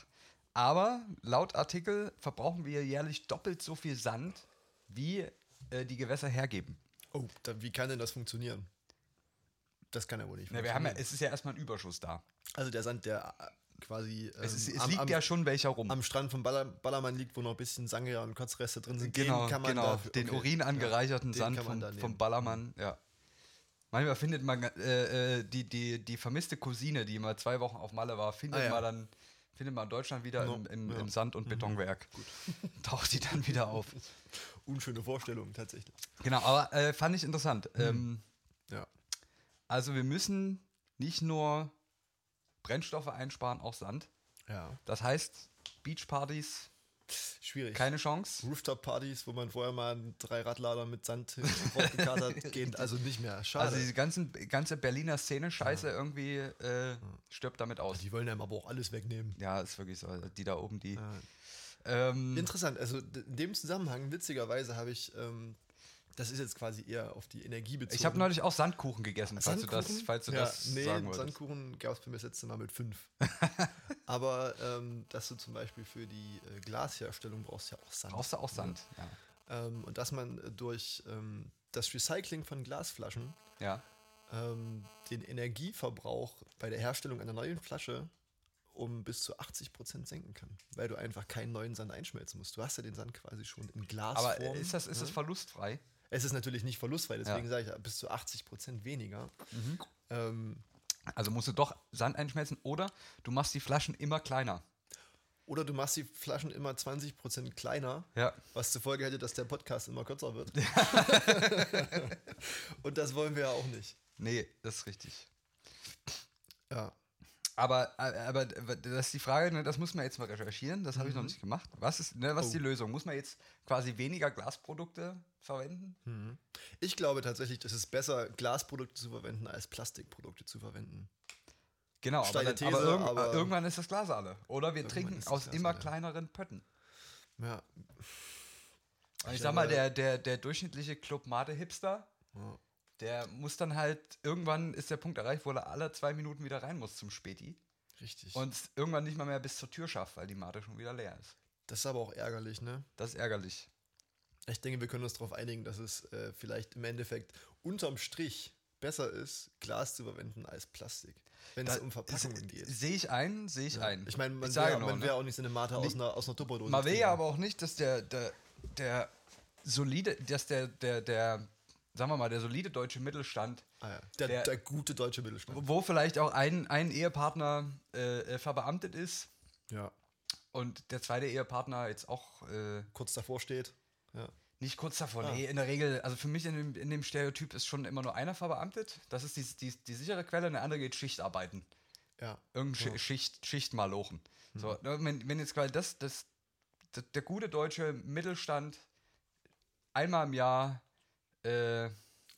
A: aber laut Artikel verbrauchen wir jährlich doppelt so viel Sand, wie äh, die Gewässer hergeben.
B: Oh, da, wie kann denn das funktionieren? Das kann ja wohl nicht
A: Na, wir haben ja, es ist ja erstmal ein Überschuss da.
B: Also der Sand, der äh, quasi ähm,
A: Es, ist, es
B: am,
A: liegt
B: am,
A: ja schon welcher rum.
B: am Strand von Baller, Ballermann liegt, wo noch ein bisschen Sangria und Kotzreste drin sind.
A: genau,
B: den kann man
A: genau.
B: dafür,
A: den
B: okay.
A: Urin angereicherten
B: den
A: Sand
B: kann man
A: vom,
B: da nehmen. Mhm.
A: vom Ballermann, ja. Manchmal findet man äh, äh, die, die, die vermisste Cousine, die mal zwei Wochen auf Malle war, findet
B: Ah, ja.
A: man dann findet man in Deutschland wieder
B: No,
A: im, im,
B: ja. Mhm.
A: im Sand- und Betonwerk. Taucht die dann wieder auf.
B: Unschöne Vorstellung tatsächlich.
A: Genau, aber äh, fand ich interessant.
B: Mhm.
A: Ähm,
B: Ja.
A: also wir müssen nicht nur Brennstoffe einsparen, auch Sand.
B: Ja.
A: Das heißt, Beachpartys,
B: Schwierig.
A: keine Chance.
B: Rooftop-Partys, wo man vorher mal einen Dreirradlader mit Sand rausgekatert hat, gehen also nicht mehr. Schade.
A: Also diese ganzen, ganze Berliner Szene scheiße irgendwie äh,
B: Mhm.
A: stirbt damit aus.
B: Also die wollen einem aber auch alles wegnehmen.
A: Ja, ist wirklich so. Also Die da oben, die.
B: Ja.
A: Ähm,
B: Interessant, also d- in dem Zusammenhang, witzigerweise habe ich, ähm, das ist jetzt quasi eher auf die Energie bezogen.
A: ich habe neulich auch Sandkuchen gegessen, falls du das,
B: Sandkuchen?
A: falls du
B: ja,
A: das
B: nee,
A: sagen wolltest.
B: Sandkuchen gab es bei mir das letzte Mal mit fünf. Aber ähm, dass du zum Beispiel für die äh, Glasherstellung brauchst ja auch Sand.
A: Brauchst du auch Sand? Ja.
B: Ähm, und dass man äh, durch ähm, das Recycling von Glasflaschen
A: ja.
B: ähm, den Energieverbrauch bei der Herstellung einer neuen Flasche um bis zu 80 Prozent senken kann, weil du einfach keinen neuen Sand einschmelzen musst. Du hast ja den Sand quasi schon in Glasform.
A: Aber äh, ist das, ist das
B: ne?
A: verlustfrei?
B: Es ist natürlich nicht verlustfrei, deswegen
A: Ja. Mhm.
B: sage ich ja, bis zu 80 Prozent weniger. Ähm,
A: Also musst du doch Sand einschmelzen oder du machst die Flaschen immer kleiner.
B: oder du machst die Flaschen immer 20 Prozent kleiner,
A: Ja.
B: was zur Folge hätte, dass der Podcast immer kürzer wird. Und das wollen wir ja auch nicht.
A: Nee, das ist richtig.
B: Ja.
A: Aber, äh, aber das ist die Frage, ne, das muss man jetzt mal recherchieren, das habe ich noch
B: Mhm.
A: nicht gemacht. Was ist, ne, was
B: Oh.
A: ist die Lösung? Muss man jetzt quasi weniger Glasprodukte verwenden?
B: Hm. Ich glaube tatsächlich, es ist besser, Glasprodukte zu verwenden, als Plastikprodukte zu verwenden.
A: Genau, aber,
B: Steile
A: dann, aber,
B: These,
A: irgend-
B: aber-
A: irgendwann ist das Glas alle. Oder wir
B: Irgendwann
A: trinken
B: ist das
A: aus
B: Glas
A: immer
B: alle.
A: kleineren Pötten.
B: Ja.
A: Also Ich,
B: Ich
A: sag mal,
B: denke-
A: der, der, der durchschnittliche Club Mate-Hipster,
B: Ja.
A: der muss dann halt, irgendwann ist der Punkt erreicht, wo er alle zwei Minuten wieder rein muss zum Späti.
B: Richtig.
A: Und es irgendwann nicht mal mehr bis zur Tür schafft, weil die Mate schon wieder leer ist.
B: das ist aber auch ärgerlich, ne?
A: Das ist ärgerlich.
B: Ich denke, wir können uns darauf einigen, dass es äh, vielleicht im Endeffekt unterm Strich besser ist, Glas zu verwenden als Plastik, wenn es um Verpackungen geht.
A: Sehe ich ein, sehe ich ein.
B: Ich meine, man
A: Ich
B: wäre
A: sage nur,
B: man
A: ne?
B: wär auch nicht so eine Mate aus
A: Nee.
B: einer, aus einer Tupperdose.
A: Man will
B: trinken.
A: ja aber auch nicht, dass der, der, der solide, dass der, der, der, sagen wir mal, der solide deutsche Mittelstand,
B: Ah, ja. der, der,
A: der-
B: gute deutsche Mittelstand.
A: wo vielleicht auch ein, ein Ehepartner äh, äh, verbeamtet ist
B: Ja.
A: und der zweite Ehepartner jetzt auch äh,
B: Kurz davor steht. Ja.
A: nicht kurz davor,
B: Ah.
A: nee, in der Regel, also für mich in dem, in dem Stereotyp ist schon immer nur einer verbeamtet. Das ist die, die, die sichere Quelle, und der andere geht Schichtarbeiten.
B: ja.
A: Irgendeine
B: Ja. Mhm.
A: Sch Schicht, Schicht malochen. So, ne, wenn, wenn jetzt quasi das, das, d- der gute deutsche Mittelstand einmal im Jahr äh,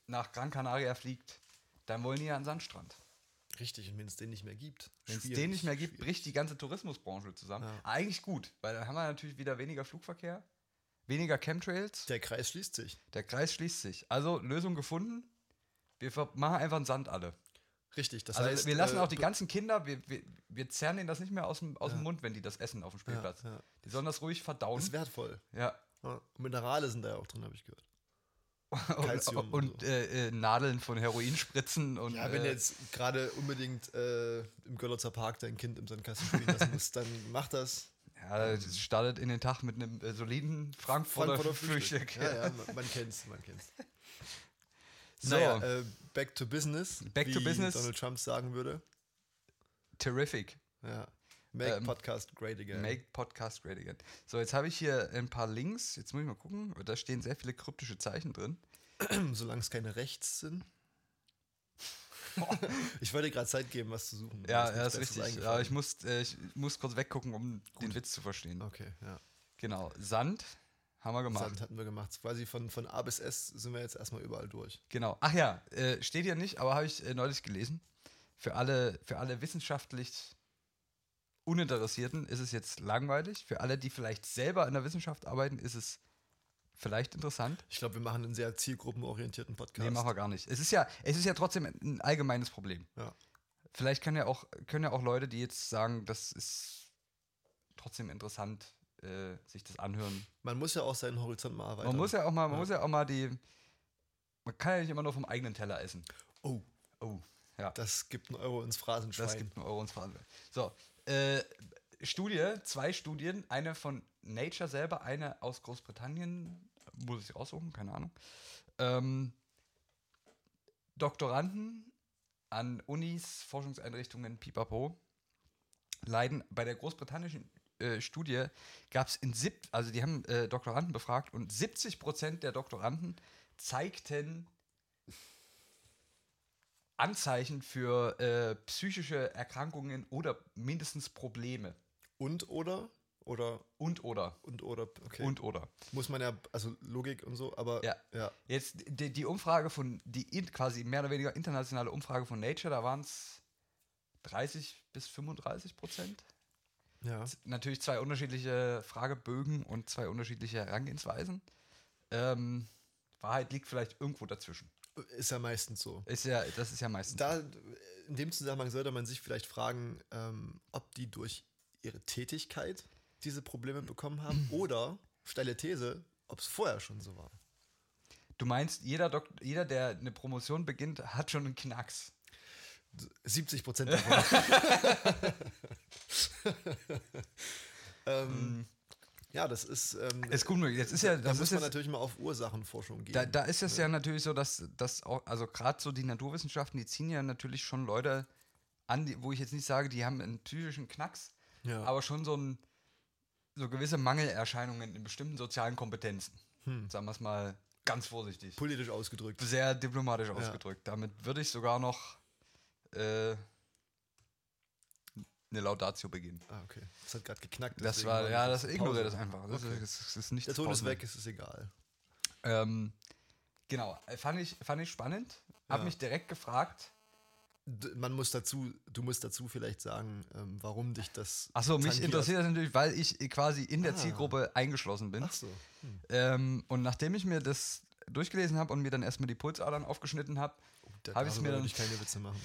A: nach Gran Canaria fliegt, dann wollen die ja an den Sandstrand.
B: Richtig, und wenn es den nicht mehr gibt.
A: Wenn es
B: schwierig,
A: den nicht mehr gibt,
B: schwierig.
A: bricht die ganze Tourismusbranche zusammen.
B: Ja.
A: Eigentlich gut, weil dann haben wir natürlich wieder weniger Flugverkehr, weniger Chemtrails.
B: Der Kreis schließt sich.
A: Der Kreis schließt sich. Also Lösung gefunden. Wir ver- machen einfach einen Sand alle.
B: Richtig, das
A: also
B: heißt.
A: wir lassen
B: äh,
A: auch die ganzen Kinder, wir, wir, wir zerren denen das nicht mehr aus dem, aus
B: Ja.
A: dem Mund, wenn die das essen auf dem
B: ja,
A: Spielplatz.
B: ja.
A: Die sollen das ruhig verdauen.
B: Das ist wertvoll.
A: ja.
B: Ja. Minerale sind da ja auch drin, habe ich gehört.
A: Und,
B: Calcium und
A: und äh, äh, Nadeln von Heroinspritzen und
B: Ja, wenn
A: äh,
B: jetzt gerade unbedingt äh, im Görlitzer Park dein Kind im Sandkasten spielen lassen muss, dann mach das.
A: ja, das startet in den Tag mit einem äh, soliden Frankfurter,
B: ähm, Frankfurter
A: Frühstück.
B: Ja, ja, man, man kennt's, man kennt's.
A: So,
B: Naja, äh, back to business.
A: Back to
B: wie
A: business.
B: Donald Trump sagen würde.
A: terrific.
B: Ja. Make
A: Ähm,
B: Podcast great again.
A: Make Podcast great again. So, jetzt habe ich hier ein paar Links. Jetzt muss ich mal gucken. Da stehen sehr viele kryptische Zeichen drin.
B: Hm, Solange es keine rechts sind. ich wollte dir gerade Zeit geben, was zu suchen. Mir
A: Ja,
B: nichts
A: ja, das
B: Besseres
A: ist richtig.
B: eingefallen.
A: Aber ich muss, äh, ich muss kurz weggucken, um den Witz zu verstehen.
B: okay, ja.
A: Genau. Sand haben wir gemacht.
B: Sand hatten wir gemacht. Quasi von, von A bis S sind wir jetzt erstmal überall durch.
A: Genau. Ach ja, äh, steht hier nicht, aber habe ich äh, neulich gelesen. Für alle, für alle wissenschaftlich Uninteressierten ist es jetzt langweilig. Für alle, die vielleicht selber in der Wissenschaft arbeiten, ist es vielleicht interessant.
B: Ich glaube, wir machen einen sehr zielgruppenorientierten Podcast.
A: Nee, machen wir gar nicht. Es ist ja, es ist ja trotzdem ein allgemeines Problem.
B: Ja.
A: Vielleicht können ja auch, können ja auch Leute, die jetzt sagen, das ist trotzdem interessant, äh, sich das anhören.
B: Man muss ja auch seinen Horizont mal erweitern.
A: Man muss ja auch mal, man
B: Ja.
A: muss ja auch mal die. Man kann ja nicht immer nur vom eigenen Teller essen.
B: Oh,
A: Oh, ja.
B: das gibt einen Euro ins Phrasenschwein.
A: Das gibt einen Euro ins Verhandeln. So, äh, Studie, zwei Studien, eine von Nature selber, eine aus Großbritannien, muss ich raussuchen, keine Ahnung. Ähm, Doktoranden an Unis, Forschungseinrichtungen, pipapo, leiden bei der großbritannischen äh, Studie gab es in sieb, also die haben äh, Doktoranden befragt und 70 Prozent der Doktoranden zeigten Anzeichen für äh, psychische Erkrankungen oder mindestens Probleme.
B: und oder? Oder
A: Und oder.
B: und oder. Okay.
A: Und oder.
B: Muss man ja, also Logik und so, aber
A: Ja.
B: ja.
A: Jetzt die, die Umfrage von, die in, quasi mehr oder weniger internationale Umfrage von Nature, da waren es 30 bis 35 Prozent.
B: ja.
A: Natürlich zwei unterschiedliche Fragebögen und zwei unterschiedliche Herangehensweisen. Ähm, Wahrheit liegt vielleicht irgendwo dazwischen.
B: Ist ja meistens so.
A: Ist ja, das ist ja meistens.
B: Da, in dem Zusammenhang sollte man sich vielleicht fragen, ähm, ob die durch ihre Tätigkeit diese Probleme bekommen haben oder, steile These, ob es vorher schon so war.
A: du meinst, jeder, Dok jeder, der eine Promotion beginnt, hat schon einen Knacks.
B: 70 Prozent davon. ähm, ja, das ist. Ähm,
A: Ist gut möglich. Jetzt Hm. ist ja,
B: da
A: das
B: muss
A: ist
B: man
A: jetzt,
B: natürlich mal auf Ursachenforschung gehen.
A: Da, da ist
B: ne?
A: es ja natürlich so, dass, dass auch, also gerade so die Naturwissenschaften, die ziehen ja natürlich schon Leute an, die, wo ich jetzt nicht sage, die haben einen psychischen Knacks,
B: ja.
A: aber schon so, ein, so gewisse Mangelerscheinungen in bestimmten sozialen Kompetenzen.
B: Hm.
A: Sagen wir es mal ganz vorsichtig.
B: politisch ausgedrückt.
A: Sehr diplomatisch ausgedrückt. Damit würde ich sogar noch äh, eine Laudatio beginnen.
B: Ah, okay. Das hat gerade geknackt.
A: Das
B: deswegen
A: war, ja,
B: eine
A: das
B: kurze
A: ignoriere
B: Pause.
A: das einfach. Das,
B: Okay.
A: ist, das ist nicht
B: Der Ton ist
A: Pausenwerk.
B: weg, es ist egal.
A: Ähm, genau, äh, fand ich, fand ich spannend. Hab
B: Ja.
A: mich direkt gefragt.
B: D man muss dazu, du musst dazu vielleicht sagen, ähm, warum dich das.
A: Achso, mich
B: tangiert.
A: interessiert das natürlich, weil ich äh, quasi in der
B: Ah.
A: Zielgruppe eingeschlossen bin.
B: Ach so. Hm.
A: Ähm, und nachdem ich mir das durchgelesen habe und mir dann erstmal die Pulsadern aufgeschnitten habe,
B: Oh, da
A: Hab ich's mir
B: darüber würde
A: dann-
B: ich keine Witze machen.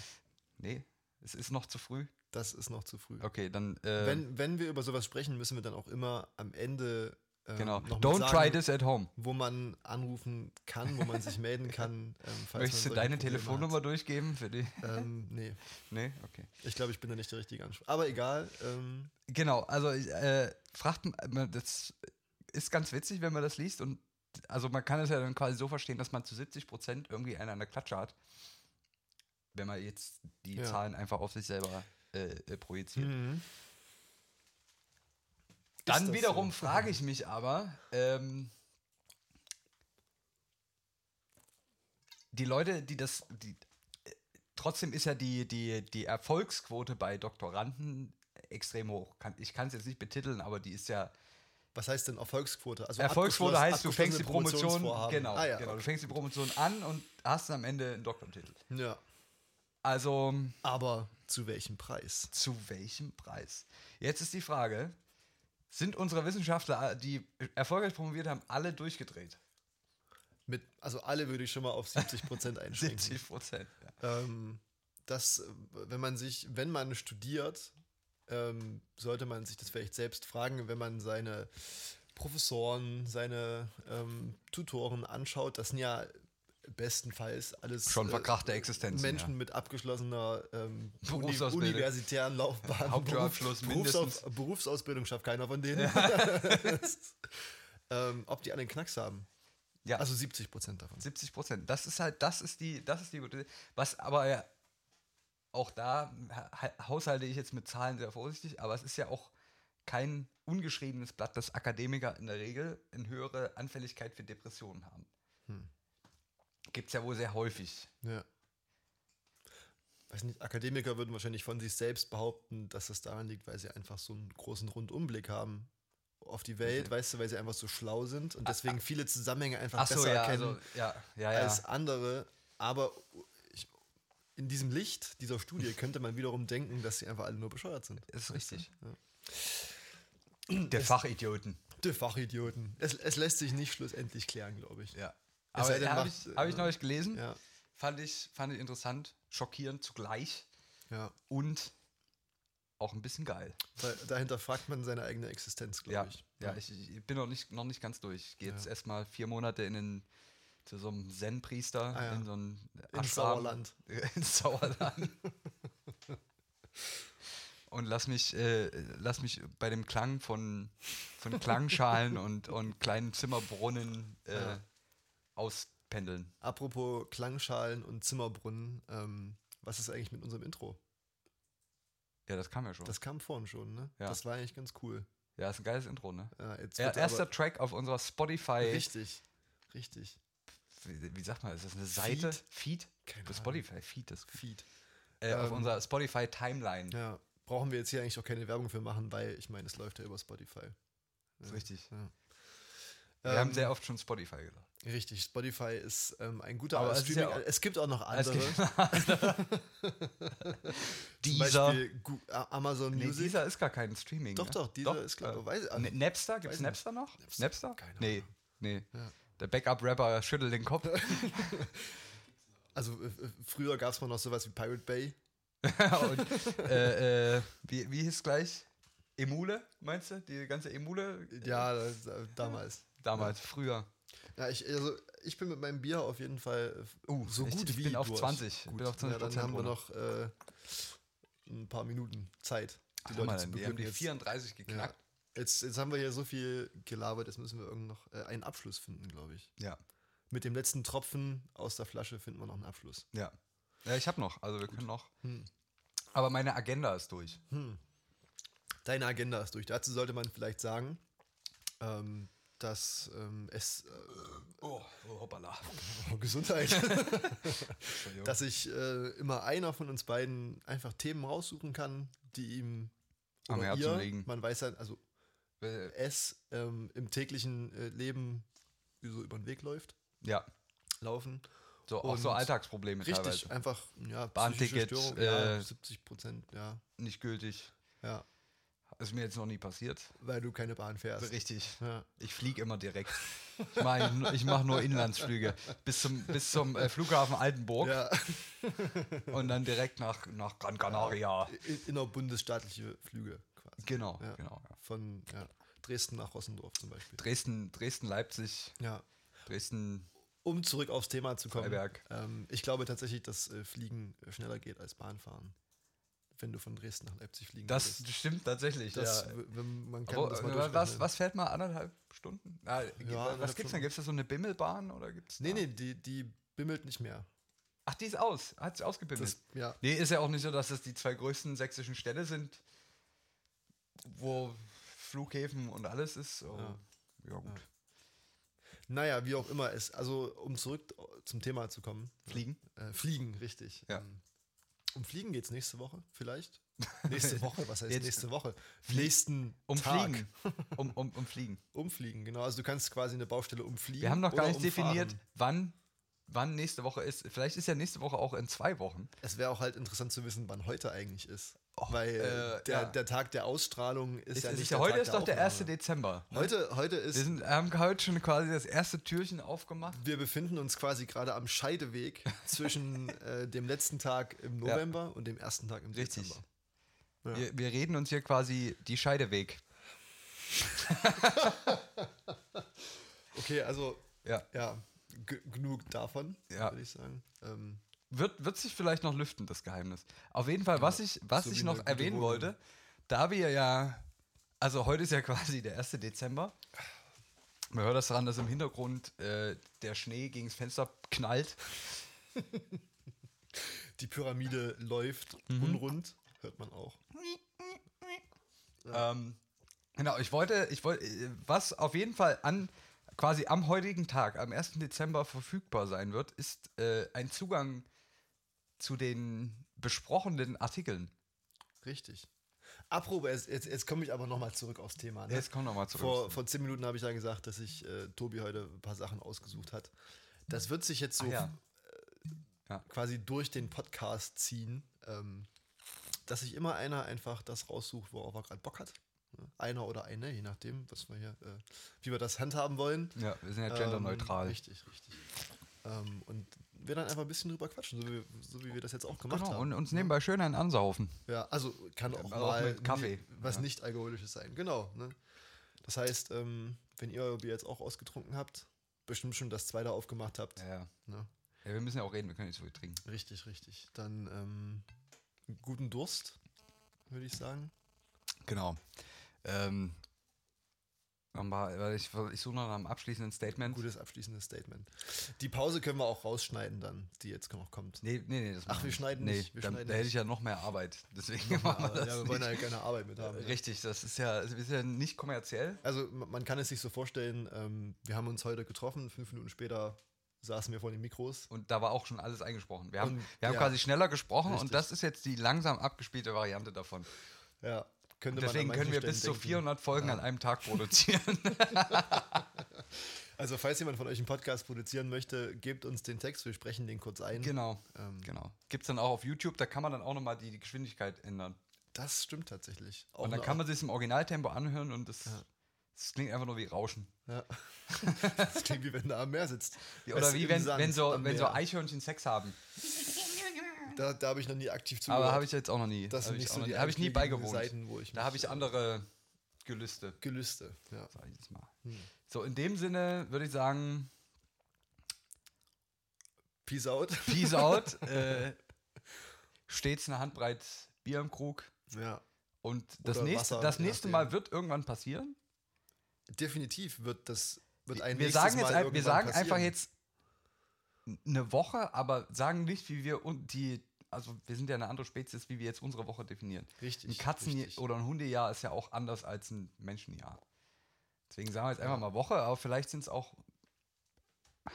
A: nee, es ist noch zu früh.
B: Das ist noch zu früh.
A: Okay, dann. Äh,
B: Wenn, wenn wir über sowas sprechen, müssen wir dann auch immer am Ende ähm,
A: genau.
B: noch mal
A: Don't
B: sagen,
A: try this at home.
B: wo man anrufen kann, wo man sich melden kann. Ähm, falls man
A: Möchtest du
B: solche
A: deine
B: Probleme
A: Telefonnummer durchgeben für die?
B: Hat. Ähm, nee,
A: Nee, okay.
B: ich glaube, ich bin da nicht der richtige Ansprech. Aber egal. Ähm,
A: Genau, also äh, fragt man, das ist ganz witzig, wenn man das liest und also man kann es ja dann quasi so verstehen, dass man zu 70 Prozent irgendwie einen an der Klatsche hat, wenn man jetzt die
B: Ja.
A: Zahlen einfach auf sich selber äh, äh, projiziert.
B: mhm. Ist
A: Dann
B: das
A: wiederum
B: so?
A: frage ich mich aber, ähm, die Leute, die das, die, äh, trotzdem ist ja die, die, die Erfolgsquote bei Doktoranden extrem hoch. Kann, ich kann es jetzt nicht betiteln, aber die ist ja
B: Was heißt denn Erfolgsquote? Also
A: Erfolgsquote
B: abgeschloss-
A: heißt, du fängst die
B: abgeschlossene
A: Promotion,
B: Promotionsvorhaben.
A: genau,
B: Ah, ja,
A: genau, du
B: okay.
A: fängst die Promotion an und hast am Ende einen Doktortitel.
B: ja.
A: Also
B: Aber zu welchem Preis?
A: zu welchem Preis? Jetzt ist die Frage, sind unsere Wissenschaftler, die erfolgreich promoviert haben, alle durchgedreht?
B: Mit, also alle würde ich schon mal auf 70 Prozent einschränken.
A: 70 Prozent. Ja.
B: Ähm, dass, äh, wenn man sich, wenn man studiert, ähm, sollte man sich das vielleicht selbst fragen, wenn man seine Professoren, seine ähm, Tutoren anschaut, das sind ja bestenfalls alles
A: Schon
B: äh,
A: verkrachte Existenzen,
B: Menschen
A: ja.
B: mit abgeschlossener ähm, uni
A: Berufsausbildung.
B: universitären Laufbahn.
A: Hauptschulabschluss
B: Berufsaus
A: mindestens.
B: Berufsausbildung schafft keiner von denen. ähm, ob die alle einen Knacks haben.
A: Ja.
B: Also 70 Prozent davon.
A: 70 Prozent. Das ist halt, das ist die, das ist die gute. Was aber ja auch da ha- haushalte ich jetzt mit Zahlen sehr vorsichtig, aber es ist ja auch kein ungeschriebenes Blatt, dass Akademiker in der Regel eine höhere Anfälligkeit für Depressionen haben.
B: Hm.
A: Gibt es ja wohl sehr häufig.
B: Ja. Weiß nicht, Akademiker würden wahrscheinlich von sich selbst behaupten, dass das daran liegt, weil sie einfach so einen großen Rundumblick haben auf die Welt, weißt du, weil sie einfach so schlau sind und deswegen viele Zusammenhänge einfach
A: Mhm. Ah, Ach so,
B: besser
A: ja,
B: erkennen
A: also, ja, ja, ja.
B: als andere. Aber ich, in diesem Licht dieser Studie könnte man wiederum denken, dass sie einfach alle nur bescheuert sind.
A: ist richtig.
B: Ja.
A: Der Fachidioten.
B: Die Fachidioten. Es, es lässt sich nicht schlussendlich klären, glaube ich.
A: Ja.
B: Es sei
A: Aber
B: denn,
A: habe
B: macht,
A: ich, hab ich
B: äh,
A: neulich gelesen.
B: Ja,
A: Fand, ich, fand ich interessant, schockierend zugleich
B: ja.
A: und auch ein bisschen geil.
B: Da, dahinter fragt man seine eigene Existenz, glaube
A: Ja,
B: ich.
A: ja ich, ich bin noch nicht, noch nicht ganz durch. Ich gehe jetzt
B: Ja.
A: erstmal vier Monate in den, zu so einem Zen-Priester
B: Ah, ja.
A: in so einem
B: Im Sauerland.
A: ins Sauerland. Und lass mich, äh, lass mich bei dem Klang von, von Klangschalen und, und kleinen Zimmerbrunnen äh,
B: Ja.
A: auspendeln.
B: Apropos Klangschalen und Zimmerbrunnen, ähm, was ist eigentlich mit unserem Intro?
A: Ja, das kam ja schon.
B: Das kam vorhin schon, ne?
A: Ja.
B: Das war eigentlich ganz cool.
A: ja, ist ein geiles Intro, ne?
B: Äh, jetzt
A: Ja,
B: wird's
A: erster
B: aber-
A: Track auf unserer Spotify.
B: Richtig, richtig.
A: Wie, wie sagt man, ist das eine Seite? Feed?
B: Keine
A: Das
B: Ahnung.
A: Spotify, Feed, das
B: Feed.
A: äh, auf
B: Ähm,
A: unserer Spotify-Timeline.
B: Ja, brauchen wir jetzt hier eigentlich auch keine Werbung für machen, weil ich meine, es läuft ja über Spotify.
A: Ist richtig.
B: Ja.
A: Wir
B: Ähm,
A: haben sehr oft schon Spotify gesagt.
B: Richtig, Spotify ist ähm, ein guter
A: Aber es ist
B: Streaming.
A: ja auch-
B: es gibt auch noch andere. Zum
A: Deezer.
B: Beispiel Gu- A- Amazon
A: Nee,
B: Music.
A: dieser ist gar kein Streaming.
B: Doch,
A: ne?
B: doch, Deezer ist, glaub-
A: äh,
B: weiß- also,
A: Ne- Napster? Gibt es
B: weiß nicht.
A: Napster noch?
B: Napster?
A: Napster?
B: Keine
A: nee,
B: Ahnung.
A: nee.
B: Ja.
A: Der Backup-Rapper schüttelt den Kopf.
B: also äh, äh, früher gab es mal noch sowas wie Pirate Bay.
A: und, äh, äh, wie, wie hieß gleich? Emule, meinst du? Die ganze Emule?
B: Ja, das, äh, damals.
A: Damals, früher.
B: Ja, ich, also, ich bin mit meinem Bier auf jeden Fall äh,
A: Uh,
B: so
A: ich-
B: gut
A: ich
B: wie.
A: bin auf
B: durch.
A: 20. Ich
B: Gut.
A: bin auf 20
B: ja, dann haben wir
A: Bruder.
B: noch äh, ein paar Minuten Zeit, die
A: Die,
B: Leute
A: mal,
B: zu
A: die haben die
B: beglücken. Jetzt.
A: 34
B: Ja.
A: geknackt.
B: Jetzt, jetzt haben wir hier so viel gelabert, jetzt müssen wir irgend noch äh, einen Abschluss finden, glaube ich.
A: Ja,
B: Mit dem letzten Tropfen aus der Flasche finden wir noch einen Abschluss.
A: ja. Ja, ich habe noch. Also wir können noch.
B: Hm.
A: Aber meine Agenda ist durch.
B: Deine Agenda ist durch. Dazu sollte man vielleicht sagen, ähm, dass ähm, es äh,
A: Oh. Oh, hoppala.
B: Oh, Gesundheit.
A: Entschuldigung.
B: dass ich äh, immer einer von uns beiden einfach Themen raussuchen kann, die ihm
A: Am
B: oder
A: Herzen
B: ihr,
A: liegen.
B: Man weiß ja, also
A: Äh,
B: es ähm, im täglichen äh, Leben so über den Weg läuft,
A: ja,
B: laufen.
A: so, auch
B: Und
A: so Alltagsprobleme
B: Richtig,
A: teilweise.
B: einfach ja,
A: Bahntickets,
B: Störung, ja,
A: äh,
B: 70 Prozent, ja,
A: Nicht gültig.
B: ja,
A: Ist mir jetzt noch nie passiert.
B: weil du keine Bahn fährst.
A: Richtig.
B: Ja.
A: Ich fliege immer direkt. Ich mache ich mach nur Inlandsflüge bis zum, bis zum äh, Flughafen Altenburg
B: Ja,
A: und dann direkt nach, nach Gran Canaria.
B: in- innerbundesstaatliche Flüge quasi.
A: Genau,
B: Ja.
A: genau. Ja.
B: Von ja, Dresden nach Rossendorf zum Beispiel.
A: Dresden, Dresden, Leipzig,
B: Ja.
A: Dresden.
B: Um zurück aufs Thema zu kommen.
A: Freiberg.
B: Ähm, ich glaube tatsächlich, dass äh, Fliegen äh, schneller geht als Bahnfahren. Wenn du von Dresden nach Leipzig fliegen
A: Das
B: würdest.
A: stimmt tatsächlich.
B: Das,
A: ja.
B: w- wenn man kann
A: Aber,
B: das mal
A: äh, was,
B: durchrechnen.
A: was fährt mal anderthalb Stunden? Ah, gibt- was
B: anderthalb
A: gibt's denn?
B: Stunden.
A: Gibt es da so eine Bimmelbahn oder gibt's
B: Nee,
A: da?
B: nee, die, die bimmelt nicht mehr.
A: Ach, die ist aus. Hat sie ausgebimmelt.
B: Das, ja.
A: nee, ist ja auch nicht so, dass das die zwei größten sächsischen Städte sind, wo Flughäfen und alles ist. Oh, ja.
B: Ja.
A: gut.
B: Naja, wie auch immer es. Also, um zurück zum Thema zu kommen.
A: Fliegen?
B: Äh, fliegen, richtig.
A: Ja.
B: Ähm, Um Fliegen geht es nächste Woche, vielleicht. Nächste Woche, was heißt
A: Jetzt-
B: nächste Woche? Nächsten
A: Um
B: Tag.
A: Fliegen. Um, um, um Fliegen.
B: Umfliegen, genau. Also du kannst quasi eine Baustelle umfliegen.
A: Wir haben noch gar
B: oder
A: nicht definiert,
B: umfahren.
A: wann, wann nächste Woche ist. Vielleicht ist ja nächste Woche auch in zwei Wochen.
B: Es wäre auch halt interessant zu wissen, wann heute eigentlich ist. Weil
A: äh,
B: der,
A: ja.
B: der Tag der Ausstrahlung ist,
A: Ist,
B: ja
A: ist,
B: nicht
A: ja, heute
B: Tag
A: ist doch der 1.
B: Aufnahme.
A: Dezember.
B: Heute, heute
A: Wir
B: ist,
A: sind, haben heute schon quasi das erste Türchen aufgemacht.
B: wir befinden uns quasi gerade am Scheideweg zwischen äh, dem letzten Tag im November und dem ersten Tag im
A: Richtig.
B: Dezember. Ja.
A: Wir, wir reden uns hier quasi die Scheide weg.
B: Okay, also
A: Ja.
B: ja, ge- genug davon,
A: Ja.
B: würde ich sagen. Ähm,
A: Wird, wird sich vielleicht noch lüften, das Geheimnis. Auf jeden Fall, was ich, was
B: Genau. so
A: ich
B: wie
A: noch
B: eine gute
A: erwähnen
B: Wohnung.
A: wollte, da wir ja, also heute ist ja quasi der 1. Dezember. Man hört das daran, dass im Hintergrund äh, der Schnee gegen das Fenster knallt.
B: die Pyramide läuft
A: Mhm.
B: unrund, hört man auch.
A: Ähm, genau, ich wollte, ich wollte, äh, was auf jeden Fall an quasi am heutigen Tag, am 1. Dezember verfügbar sein wird, ist äh, ein Zugang zu den besprochenen Artikeln.
B: Richtig. Apropos, jetzt, jetzt, jetzt komme ich aber nochmal zurück aufs Thema. Ne?
A: Jetzt komm noch mal zurück.
B: Vor, vor zehn Minuten habe ich ja gesagt, dass sich äh, Tobi heute ein paar Sachen ausgesucht hat. Das wird sich jetzt so
A: Ah, ja.
B: äh,
A: Ja.
B: quasi durch den Podcast ziehen, ähm, dass sich immer einer einfach das raussucht, worauf er gerade Bock hat. Ne? Einer oder eine, je nachdem, was wir hier, äh, wie wir das handhaben wollen.
A: ja, wir sind ja genderneutral.
B: Ähm, richtig, richtig. Ähm, und wir dann einfach ein bisschen drüber quatschen, so wie, so wie wir das jetzt auch gemacht
A: genau,
B: haben. ne?
A: und uns nebenbei schön einen ansaufen.
B: Ja, also kann auch
A: Also auch
B: mal
A: mit Kaffee.
B: ni- was
A: Ja.
B: nicht alkoholisches sein. Genau. Ne? Das heißt, ähm, wenn ihr euer Bier jetzt auch ausgetrunken habt, bestimmt schon das zweite aufgemacht habt.
A: Ja, ja.
B: Ne?
A: ja, wir müssen ja auch reden, wir können nicht so viel trinken.
B: Richtig, richtig. Dann ähm, einen guten Durst, würde ich sagen.
A: Genau. Ähm, nochmal, weil ich, ich suche noch nach einem abschließenden Statement.
B: Gutes abschließendes Statement. Die Pause können wir auch rausschneiden dann, die jetzt noch kommt.
A: Nee, nee, nee. Das machen
B: wir
A: nicht.
B: schneiden
A: nee,
B: nicht, wir
A: dann,
B: schneiden
A: da hätte ich
B: nicht.
A: ja noch mehr Arbeit. Deswegen machen wir
B: Aber,
A: das
B: ja, wir
A: nicht. Äh,
B: wollen ja keine Arbeit mit haben. ne?
A: Richtig, das ist ja, es ist ja nicht kommerziell.
B: Also ma- man kann es sich so vorstellen, ähm, wir haben uns heute getroffen, fünf Minuten später saßen wir vor den Mikros.
A: Und da war auch schon alles eingesprochen. Wir haben,
B: Und-
A: wir haben
B: ja.
A: quasi schneller gesprochen
B: Richtig.
A: und das ist jetzt die langsam abgespielte Variante davon.
B: Ja, könnte man an
A: Deswegen können
B: manchen
A: wir
B: Stellen
A: bis zu
B: denken.
A: 400 Folgen an einem Tag produzieren.
B: Also, falls jemand von euch einen Podcast produzieren möchte, gebt uns den Text, wir sprechen den kurz ein.
A: genau.
B: Ähm,
A: genau. Gibt es dann auch auf YouTube, da kann man dann auch nochmal die, die Geschwindigkeit ändern.
B: Das stimmt tatsächlich. Auch
A: Und dann
B: eine-
A: kann man sich im Originaltempo anhören und das,
B: Ja.
A: das klingt einfach nur wie Rauschen.
B: Ja. das klingt wie wenn da am Meer sitzt. Weißt
A: Oder
B: du,
A: wie
B: im
A: wenn,
B: Sand
A: wenn, so,
B: am
A: wenn so
B: Meer.
A: Eichhörnchen Sex haben.
B: Da, da habe ich noch nie aktiv zugehört.
A: Aber habe ich jetzt auch noch nie.
B: Das
A: habe
B: sind
A: ich,
B: nicht
A: auch
B: so
A: noch
B: die
A: nie- hab ich nie
B: einschlägigen
A: beigewohnt.
B: Seiten, wo ich
A: da habe
B: mich,
A: ich
B: äh,
A: andere Gelüste.
B: Gelüste. Ja.
A: sag ich jetzt mal.
B: Hm.
A: So, in dem Sinne würde ich sagen,
B: Peace out.
A: peace out. äh, stets eine Handbreit Bier im Krug.
B: Ja.
A: Und das
B: Oder
A: nächste,
B: Wasser,
A: das
B: je
A: nächste
B: nachdem.
A: Mal wird irgendwann passieren.
B: Definitiv wird das wird ein
A: wir
B: nächstes
A: sagen, jetzt,
B: Mal
A: ein- wir
B: irgendwann
A: sagen
B: passieren.
A: einfach jetzt eine Woche, aber sagen nicht, wie wir un- die, also wir sind ja eine andere Spezies, wie wir jetzt unsere Woche definieren.
B: Richtig,
A: Ein Katzen-
B: richtig.
A: oder ein Hundejahr ist ja auch anders als ein Menschenjahr. Deswegen sagen wir jetzt einfach mal Woche, aber vielleicht sind es auch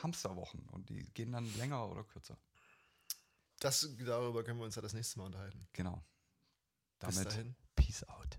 A: Hamsterwochen und die gehen dann länger oder kürzer.
B: Das, darüber können wir uns ja das nächste Mal unterhalten.
A: Genau.
B: Bis
A: Damit
B: dahin.
A: Peace out.